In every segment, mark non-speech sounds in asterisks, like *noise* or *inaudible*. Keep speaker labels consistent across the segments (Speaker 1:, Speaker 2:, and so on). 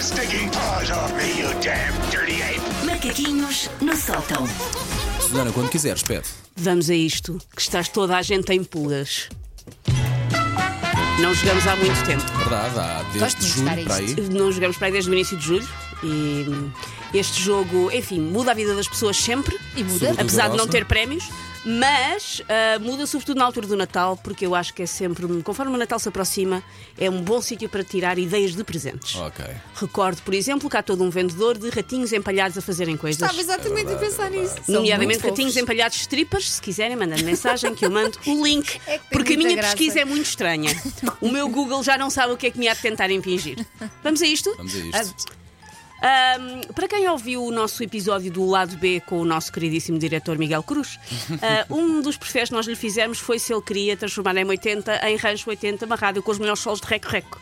Speaker 1: stinking paws off me, you damn dirty ape!
Speaker 2: Macaquinhos no sótão.
Speaker 3: Susana, quando quiseres, pede.
Speaker 4: Vamos a isto, que estás toda a gente em pulgas. Não jogamos há muito tempo.
Speaker 3: Verdade, há desde
Speaker 5: Gosto de
Speaker 3: julho
Speaker 5: estar a
Speaker 3: para aí.
Speaker 5: isto.
Speaker 4: Não jogamos para aí desde o início de julho. E hum, este jogo, enfim, muda a vida das pessoas sempre.
Speaker 5: E muda.
Speaker 3: Sobretudo
Speaker 4: apesar
Speaker 3: a
Speaker 4: de não
Speaker 3: nossa.
Speaker 4: ter prémios. Mas ah, muda sobretudo na altura do Natal, porque eu acho que é sempre, um- conforme o Natal se aproxima, é um bom sítio para tirar ideias de presentes.
Speaker 3: Ok.
Speaker 4: Recordo, por exemplo, que há todo um vendedor de ratinhos empalhados a fazerem coisas.
Speaker 5: Estava exatamente a pensar nisso. São
Speaker 4: Nomeadamente
Speaker 5: muito fofos.
Speaker 4: ratinhos empalhados strippers, se quiserem, mandando mensagem que eu mando o link.
Speaker 5: *laughs* É que tem
Speaker 4: porque a
Speaker 5: muita
Speaker 4: minha
Speaker 5: graça.
Speaker 4: pesquisa é muito
Speaker 5: *laughs*
Speaker 4: estranha. O meu Google já não sabe o que é que me há de tentar impingir. Vamos a isto? Ah,
Speaker 3: Vamos a isto.
Speaker 4: Ahm, para quem ouviu o nosso episódio do lado B com o nosso queridíssimo diretor Miguel Cruz, ah, um dos perfis que nós lhe fizemos foi se ele queria transformar a M80 em Rancho 80 amarrado com os melhores solos de reco-reco.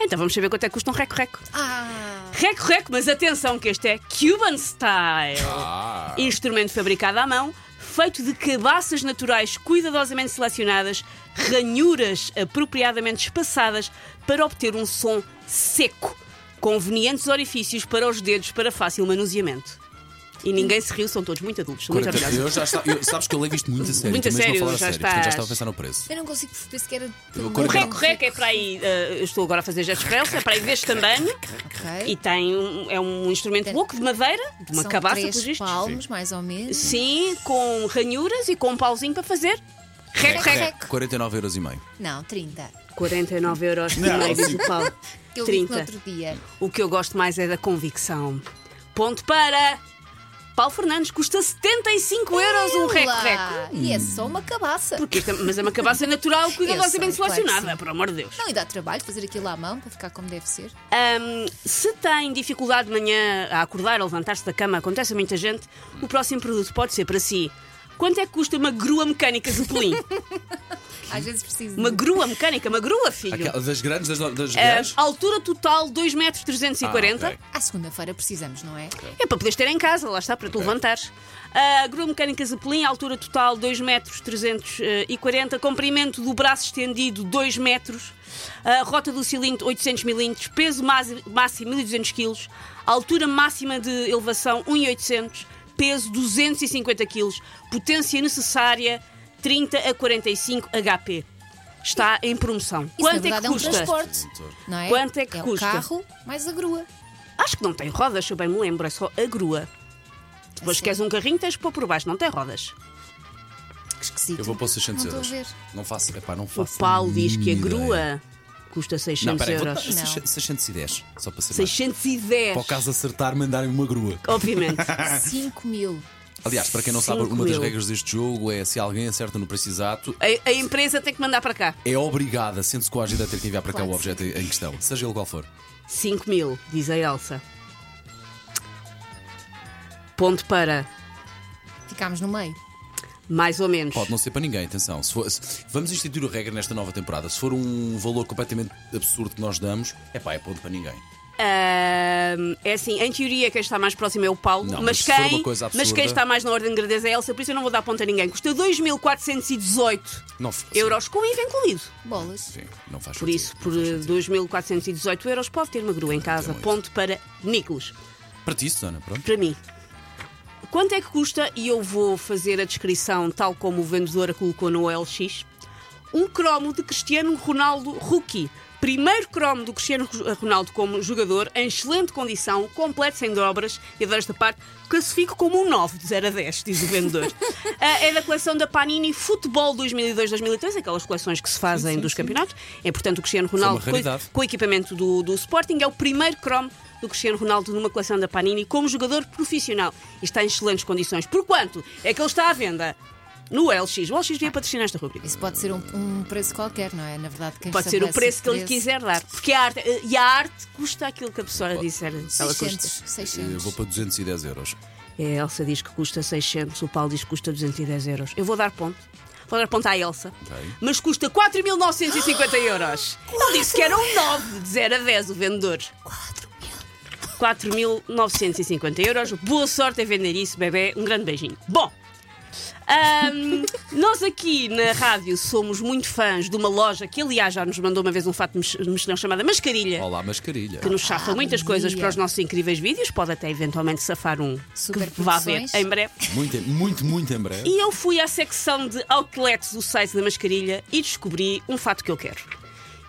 Speaker 4: Então vamos saber quanto é que custa um reco-reco.
Speaker 5: Ah,
Speaker 4: Reco-reco, mas atenção que este é Cuban Style. Instrumento fabricado à mão, feito de cabaças naturais cuidadosamente selecionadas, ranhuras apropriadamente espaçadas para obter um som seco, convenientes orifícios para os dedos para fácil manuseamento. E ninguém se riu, são todos muito adultos, são muito
Speaker 3: 40
Speaker 4: orgulhosos.
Speaker 3: eu já está, eu- sabes que eu levo isto muito a sério.
Speaker 4: Muito a
Speaker 3: também
Speaker 4: sério,
Speaker 3: estou a falar
Speaker 4: já
Speaker 3: a sério, portanto, já
Speaker 4: estás.
Speaker 3: estava a pensar no preço.
Speaker 5: eu não consigo perceber sequer.
Speaker 4: O
Speaker 3: Corre,
Speaker 4: reco-reco é para aí, eh, eu estou agora a fazer gestos para ele, é para aí deste tamanho e
Speaker 5: Ok.
Speaker 4: tem um, é um instrumento louco de madeira, de uma
Speaker 5: São
Speaker 4: cabaça, pelos
Speaker 5: três
Speaker 4: vistos.
Speaker 5: palmos, mais ou menos.
Speaker 4: Sim, com ranhuras e com um pauzinho para fazer. Rec,
Speaker 5: Rec,
Speaker 4: rec.
Speaker 5: rec.
Speaker 3: 49 euros e meio.
Speaker 5: Não, 30.
Speaker 4: 49 euros por
Speaker 3: Não,
Speaker 4: meio
Speaker 3: sim.
Speaker 4: do pau.
Speaker 5: Que *laughs* eu vi no
Speaker 4: 30.
Speaker 5: outro dia.
Speaker 4: O que eu gosto mais é da convicção. Ponto para. Paulo Fernandes custa 75 euros um rec,
Speaker 5: Lá.
Speaker 4: rec.
Speaker 5: E
Speaker 3: Hum.
Speaker 5: é só uma cabaça.
Speaker 4: Porque isto é- mas é uma cabaça natural cuidadosamente
Speaker 5: Eu sei, claro que
Speaker 4: selecionada,
Speaker 5: sim.
Speaker 4: por amor de Deus.
Speaker 5: Não, e dá trabalho fazer aquilo à mão para ficar como deve ser.
Speaker 4: Ahm, se tem dificuldade de manhã a acordar, a levantar-se da cama, acontece a muita gente, o próximo produto pode ser para si. Quanto é que custa uma grua mecânica
Speaker 3: *laughs*
Speaker 4: de Zeppelin?
Speaker 5: Às vezes preciso.
Speaker 4: Uma grua mecânica, uma grua, filho.
Speaker 3: Aquela- das grandes, das, das
Speaker 4: Ah, tipo
Speaker 3: grandes.
Speaker 4: altura total 2 metros
Speaker 3: Ah,
Speaker 4: 340
Speaker 3: ok.
Speaker 5: À segunda-feira precisamos, não é?
Speaker 4: É para poderes ter em casa, lá está, para te levantares A grua mecânica Zeppelin, altura total 2 metros 340 Comprimento do braço estendido 2 metros Ah, Rota do cilindro 800 milímetros Peso masi- máximo 1200 quilos Altura máxima de elevação 1800 Peso 250 quilos Potência necessária 30 a 45 HP Está em promoção
Speaker 5: Isso na
Speaker 4: Quanto é
Speaker 5: verdade
Speaker 4: que
Speaker 5: é um
Speaker 4: custa?
Speaker 5: transporte. Não é?
Speaker 4: Quanto é que
Speaker 5: é
Speaker 4: custa?
Speaker 5: o carro mais a grua.
Speaker 4: Acho que não tem rodas, se eu bem me lembro, é só a grua. Depois
Speaker 5: Assim.
Speaker 4: queres um carrinho, tens de pôr por baixo, não tem rodas.
Speaker 5: Que esquisito.
Speaker 3: Eu vou pôr 600
Speaker 5: Não
Speaker 3: euros.
Speaker 5: estou a ver.
Speaker 3: Não faço. Epá, não
Speaker 4: O
Speaker 3: faço.
Speaker 4: Paulo diz que a
Speaker 3: nenhuma
Speaker 4: grua
Speaker 3: ideia.
Speaker 4: custa
Speaker 3: Não,
Speaker 4: 600
Speaker 3: peraí, vou-
Speaker 4: euros.
Speaker 5: Não.
Speaker 3: 610. Só para saber.
Speaker 4: 610.
Speaker 3: Para o caso acertar, mandarem uma grua. *laughs*
Speaker 4: Obviamente.
Speaker 3: Ah.
Speaker 5: 5 mil.
Speaker 3: Aliás, para quem não sabe,
Speaker 4: Cinco
Speaker 3: uma das
Speaker 4: mil.
Speaker 3: regras deste jogo é se alguém acerta no preço exato,
Speaker 4: A, a empresa tem que mandar para cá.
Speaker 3: é obrigada, sendo-se coagida, a ter que enviar para cá
Speaker 5: Claro.
Speaker 3: o objeto em em questão, seja ele qual for.
Speaker 4: 5 mil, diz a Elsa. Ponto para,
Speaker 5: Ficámos no meio.
Speaker 4: mais ou menos.
Speaker 3: Pode não ser para ninguém, atenção. Se for- se- vamos instituir a regra nesta nova temporada. Se for um valor completamente absurdo que nós damos, é pá, é ponto para ninguém.
Speaker 4: Ahm, é assim, em teoria, quem está mais próximo é o Paulo,
Speaker 3: Não, mas se
Speaker 4: mas,
Speaker 3: for
Speaker 4: quem,
Speaker 3: uma coisa absurda-
Speaker 4: mas quem está mais na ordem de grandeza é a Elsa, por isso eu não vou dar ponto a ninguém. Custa 2.418
Speaker 3: Não, f- sim,
Speaker 4: euros com IVA incluído.
Speaker 5: Bolas.
Speaker 3: Sim, não faz
Speaker 4: Por
Speaker 3: sentido,
Speaker 4: isso,
Speaker 3: não
Speaker 4: por
Speaker 3: faz
Speaker 4: eh,
Speaker 3: sentido.
Speaker 4: 2.418 euros, pode ter uma grua em casa.
Speaker 3: muito.
Speaker 4: Ponto para Nicolas.
Speaker 3: Para ti, Susana, pronto.
Speaker 4: Para mim. Quanto é que custa? E eu vou fazer a descrição tal como o vendedor a colocou no OLX. Um cromo de Cristiano Ronaldo Rookie. Primeiro cromo do Cristiano Ronaldo como jogador, em excelente condição, completo sem dobras, e adoro esta parte, classifico como um 9 de 0 a 10, diz o vendedor. Ah, é da coleção da Panini Futebol 2002-2003, aquelas coleções que se fazem dos campeonatos. É, portanto, o Cristiano Ronaldo com-
Speaker 3: raridade.
Speaker 4: com o equipamento do, do Sporting, é o primeiro cromo do Cristiano Ronaldo numa coleção da Panini como jogador profissional e está em excelentes condições. Porquanto é que ele está à venda no LX. O LX devia patrocinar esta rubrica.
Speaker 5: Isso pode ser um, um preço qualquer, não é? Na verdade, quem
Speaker 4: Pode ser o preço que ele quiser dar. Porque a arte, eh, e a arte custa aquilo que a pessoa disser. que Ela custa.
Speaker 5: 600,
Speaker 3: Eu vou
Speaker 5: 600.
Speaker 3: para 210 euros.
Speaker 4: É, A Elsa diz que custa 600, o Paulo diz que custa 210 euros. Eu vou dar ponto. Vou dar ponto à Elsa. Mas custa 4.950 euros. Ele disse que era um 9, de 0 a 10, o vendedor. 4.950 euros. Boa sorte a vender isso, bebê. Um grande beijinho. Bom, Ahm, nós aqui na rádio somos muito fãs de uma loja que, aliás, já nos mandou uma vez um fato mex- mexilhão chamada Mascarilha.
Speaker 3: Olá, mascarilha.
Speaker 4: É. Que nos safa muitas coisas
Speaker 5: Maravilha.
Speaker 4: para os nossos incríveis vídeos, pode até eventualmente safar um
Speaker 5: Super
Speaker 4: que vá ver
Speaker 5: produções.
Speaker 4: em breve.
Speaker 3: Muito, muito, muito em breve.
Speaker 4: E eu fui à secção de outlets do site da mascarilha e descobri um fato que eu quero.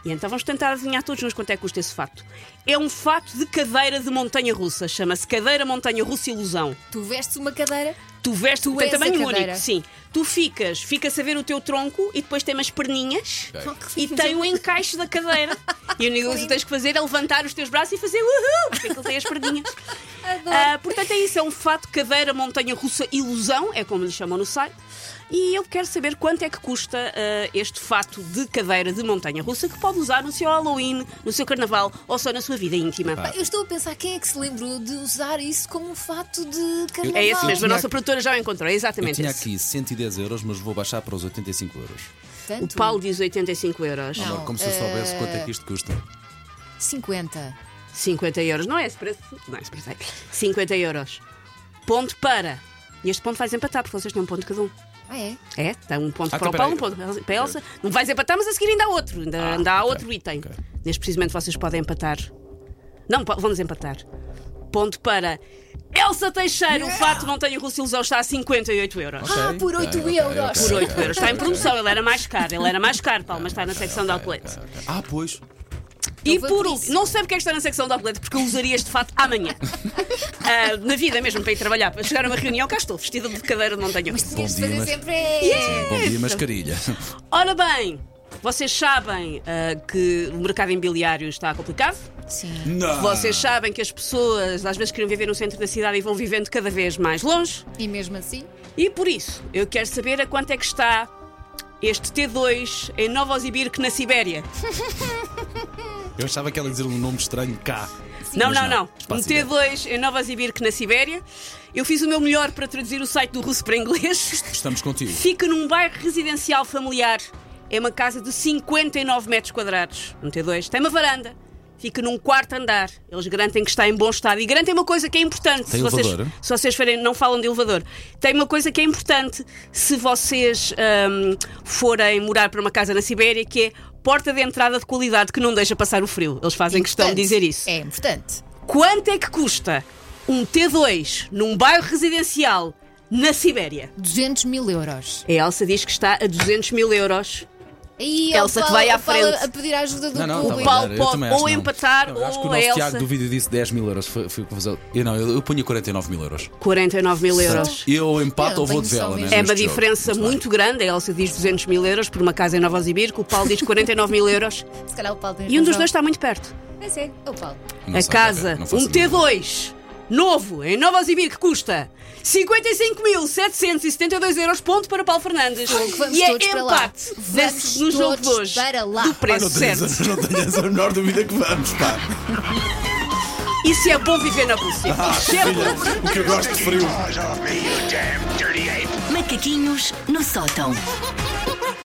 Speaker 4: E então vamos tentar adivinhar todos nós quanto é que custa esse fato. É um fato de cadeira de montanha russa, chama-se cadeira montanha russa ilusão.
Speaker 5: Tu vestes uma cadeira,
Speaker 4: Tu vestes
Speaker 5: Tu
Speaker 4: tem
Speaker 5: és a
Speaker 4: tamanho
Speaker 5: cadeira.
Speaker 4: único, sim. Tu ficas, fica-se a ver o teu tronco e depois tem umas perninhas
Speaker 3: Ok.
Speaker 4: e tem o encaixe da cadeira. E a única coisa que tens que fazer é levantar os teus braços e fazer uhul, porque é ele tem as perninhas. Ah, portanto, é isso, é um fato cadeira montanha russa ilusão, é como lhe chamam no site. E eu quero saber quanto é que custa ah, este fato de cadeira de montanha russa que pode usar no seu Halloween, no seu carnaval ou só na sua vida íntima.
Speaker 3: Ah.
Speaker 5: Pá, eu estou a pensar quem é que se lembrou de usar isso como um fato de carnaval.
Speaker 4: É esse mesmo, a
Speaker 3: tinha
Speaker 4: nossa
Speaker 3: aqui-
Speaker 4: produtora já o encontrou, é
Speaker 3: Eu
Speaker 4: exatamente
Speaker 3: tinha
Speaker 4: esse.
Speaker 3: aqui 110 euros, mas vou baixar para os 85 euros.
Speaker 4: O
Speaker 5: Tanto,
Speaker 4: Paulo diz 85 euros.
Speaker 5: Não.
Speaker 3: Amor, como se eu soubesse quanto é que isto custa.
Speaker 5: 50.
Speaker 4: 50 euros. Não é esse preço. Não é esse preço. 50 euros. Ponto para. E este ponto vais empatar, porque vocês têm um ponto cada um.
Speaker 5: Ah, é?
Speaker 4: É? Dá um ponto
Speaker 3: Ah,
Speaker 4: para
Speaker 3: então
Speaker 4: o Paulo, um
Speaker 3: peraí. Ah,
Speaker 4: ponto para a Elsa. Não vais empatar, mas a seguir ainda há outro. Ainda, ainda há
Speaker 3: ok,
Speaker 4: outro item.
Speaker 3: ok.
Speaker 4: Neste precisamente vocês podem empatar. Não, po- vamos empatar. Ponto para. Elsa Teixeira, o fato não tenho russo ilusão, está a 58 euros.
Speaker 5: Ah, por
Speaker 3: Ok,
Speaker 5: oito
Speaker 3: ok,
Speaker 5: euros.
Speaker 3: ok,
Speaker 4: Por
Speaker 3: ok,
Speaker 4: 8 euros. Está em promoção, ele era mais caro, ele era mais caro, Paulo, mas está na secção de
Speaker 3: ok,
Speaker 4: outlet.
Speaker 3: ok. Ah, pois.
Speaker 4: E
Speaker 5: Eu vou
Speaker 4: por
Speaker 5: por
Speaker 4: último,
Speaker 5: isso.
Speaker 4: não sei porque é que está na secção do Outlet, porque eu usaria este fato
Speaker 5: *laughs*
Speaker 4: amanhã. Ah, na vida mesmo, para ir trabalhar, para chegar a uma reunião, cá estou, vestida de cadeira de montanha.
Speaker 5: Mas tinhas de
Speaker 3: dia,
Speaker 5: fazer
Speaker 3: mas-
Speaker 5: sempre é.
Speaker 3: Sim, bom dia,
Speaker 4: *laughs*
Speaker 3: mascarilha.
Speaker 4: Ora bem, vocês sabem ah, que o mercado imobiliário está complicado.
Speaker 5: Sim.
Speaker 3: Não.
Speaker 4: Vocês sabem que as pessoas às vezes querem viver no centro da cidade e vão vivendo cada vez mais longe.
Speaker 5: E mesmo assim,
Speaker 4: E por isso, eu quero saber a quanto é que está este T2 em Novosibirsk, na Sibéria.
Speaker 3: Eu achava que ela ia dizer um nome estranho cá.
Speaker 4: Não,
Speaker 3: Mas
Speaker 4: não, não. Um
Speaker 3: Espaço ideal.
Speaker 4: T2 em Nova Sibirsk, na Sibéria. Eu fiz o meu melhor para traduzir o site do russo para inglês. *laughs*
Speaker 3: Estamos contigo.
Speaker 4: Fica num bairro residencial familiar. É uma casa de 59 metros quadrados. Um T2. Tem uma varanda. Fica num quarto andar. Eles garantem que está em bom estado. E garantem uma coisa que é importante.
Speaker 3: Tem
Speaker 4: se
Speaker 3: elevador?
Speaker 4: Vocês, se vocês forem, não falam de elevador. Tem uma coisa que é importante se vocês hum, forem morar para uma casa na Sibéria, que é porta de entrada de qualidade que não deixa passar o frio. Eles fazem questão de
Speaker 5: Importante.
Speaker 4: dizer isso.
Speaker 5: É importante.
Speaker 4: Quanto é que custa um T2 num bairro residencial na Sibéria?
Speaker 5: 200 mil euros.
Speaker 4: A Elsa diz que está a 200 mil euros.
Speaker 5: E
Speaker 4: Elsa,
Speaker 5: o
Speaker 4: que
Speaker 5: Paulo-
Speaker 4: vai à
Speaker 5: o Paulo
Speaker 4: frente.
Speaker 5: A pedir a ajuda do
Speaker 3: Não, não, tá
Speaker 5: público.
Speaker 3: bem,
Speaker 4: O Paulo
Speaker 3: eu
Speaker 4: pode
Speaker 3: também acho
Speaker 4: ou
Speaker 3: que não.
Speaker 4: empatar
Speaker 3: Eu acho que
Speaker 4: ou
Speaker 3: o nosso
Speaker 4: a Elsa.
Speaker 3: Tiago duvida disse 10 mil euros. Foi, foi, confusão. eu não, eu, eu punha 49 mil euros.
Speaker 4: 49 mil euros.
Speaker 3: Eu
Speaker 5: Eu
Speaker 3: empato
Speaker 5: não
Speaker 3: ou vou de
Speaker 5: tenho noção
Speaker 3: vela, né?
Speaker 5: mesmo.
Speaker 4: É
Speaker 3: neste
Speaker 4: uma
Speaker 3: jogo.
Speaker 4: diferença
Speaker 3: Muito bem.
Speaker 4: muito grande. A Elsa diz 200 mil euros por uma casa em Nova Zibirco. O Paulo diz 49 mil euros.
Speaker 5: Se calhar o Paulo tem
Speaker 4: E um dos
Speaker 5: razão.
Speaker 4: dois está muito perto.
Speaker 5: É sério, o Paulo.
Speaker 3: Não
Speaker 4: a
Speaker 3: sei,
Speaker 4: casa,
Speaker 3: ok, é. não faço
Speaker 4: um
Speaker 3: ideia.
Speaker 4: T2 novo em Nova Zibirco, custa 55.772 euros. Ponto para Paulo Fernandes.
Speaker 5: vamos
Speaker 4: e é
Speaker 5: todos para lá.
Speaker 4: empate
Speaker 5: Vamos
Speaker 4: nesse- no jogo de
Speaker 5: todos
Speaker 4: hoje.
Speaker 5: para lá.
Speaker 4: Do
Speaker 3: Ai,
Speaker 4: preço
Speaker 3: não tenhas,
Speaker 4: certo.
Speaker 3: não tenhas a menor dúvida que vamos, pá.
Speaker 4: Isso é bom viver na Rússia. Isso é bom.
Speaker 3: O que eu gosto de
Speaker 1: Get
Speaker 3: frio.
Speaker 1: your paws off me, you damn dirty ape!
Speaker 2: Macaquinhos no sótão.